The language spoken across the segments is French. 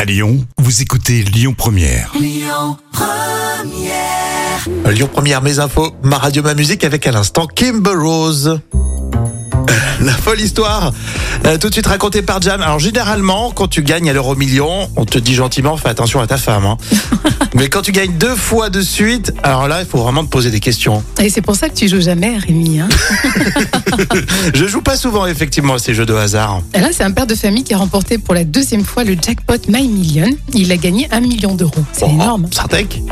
À Lyon, vous écoutez Lyon Première. Lyon Première, mes infos, ma radio, ma musique avec à l'instant Kimber Rose. Euh, La folle histoire, euh, tout de suite racontée par Jam. Alors généralement, quand tu gagnes à l'euro million, on te dit gentiment, fais attention à ta femme. hein. Mais quand tu gagnes deux fois de suite, alors là, il faut vraiment te poser des questions. Et c'est pour ça que tu joues jamais, Rémi. Hein Je joue pas souvent effectivement à ces jeux de hasard. Et Là, c'est un père de famille qui a remporté pour la deuxième fois le jackpot My Million. Il a gagné un million d'euros. C'est Oh, énorme. Sartek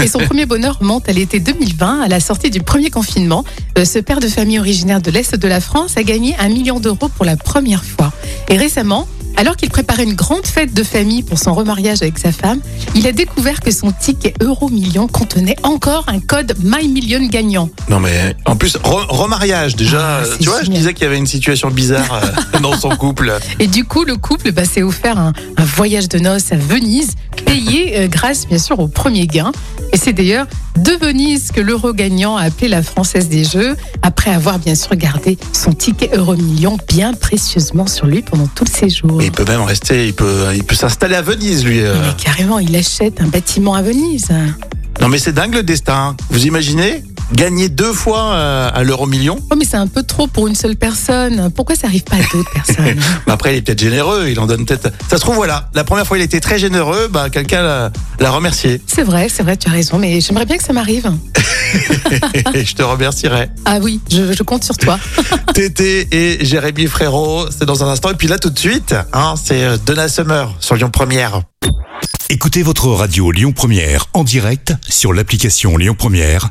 Et son premier bonheur monte à l'été 2020, à la sortie du premier confinement. Euh, Ce père de famille originaire de l'Est de la France a gagné un million d'euros pour la première fois. Et récemment, alors qu'il préparait une grande fête de famille pour son remariage avec sa femme, il a découvert que son ticket Euro Million contenait encore un code My Million gagnant. Non mais en plus re- remariage déjà. Ah, euh, c'est tu vois, je génial. disais qu'il y avait une situation bizarre euh, dans son couple. Et du coup, le couple bah, s'est offert un, un voyage de noces à Venise, payé euh, grâce bien sûr au premier gain. Et c'est d'ailleurs de Venise que l'euro gagnant a appelé la Française des Jeux, après avoir bien sûr gardé son ticket euro million bien précieusement sur lui pendant tout le séjour. Mais il peut même rester, il peut, il peut s'installer à Venise lui. euh. Mais carrément, il achète un bâtiment à Venise. Non mais c'est dingue le destin. Vous imaginez gagner deux fois euh, à l'euro million Oh, mais c'est un peu trop pour une seule personne. Pourquoi ça arrive pas à d'autres personnes Mais Bah, Après il est peut-être généreux, il en donne peut-être. Ça se trouve voilà, la première fois il était très généreux, bah quelqu'un l'a, l'a remercié. C'est vrai, c'est vrai, tu as raison, mais j'aimerais bien que ça m'arrive. Et je te remercierai. Ah oui, je- je compte sur toi. Tété et Jérémy Frérot, c'est dans un instant. Et puis là tout de suite, hein, c'est euh, Donna Summer sur Lyon Première. Écoutez votre radio Lyon Première en direct sur l'application Lyon Première,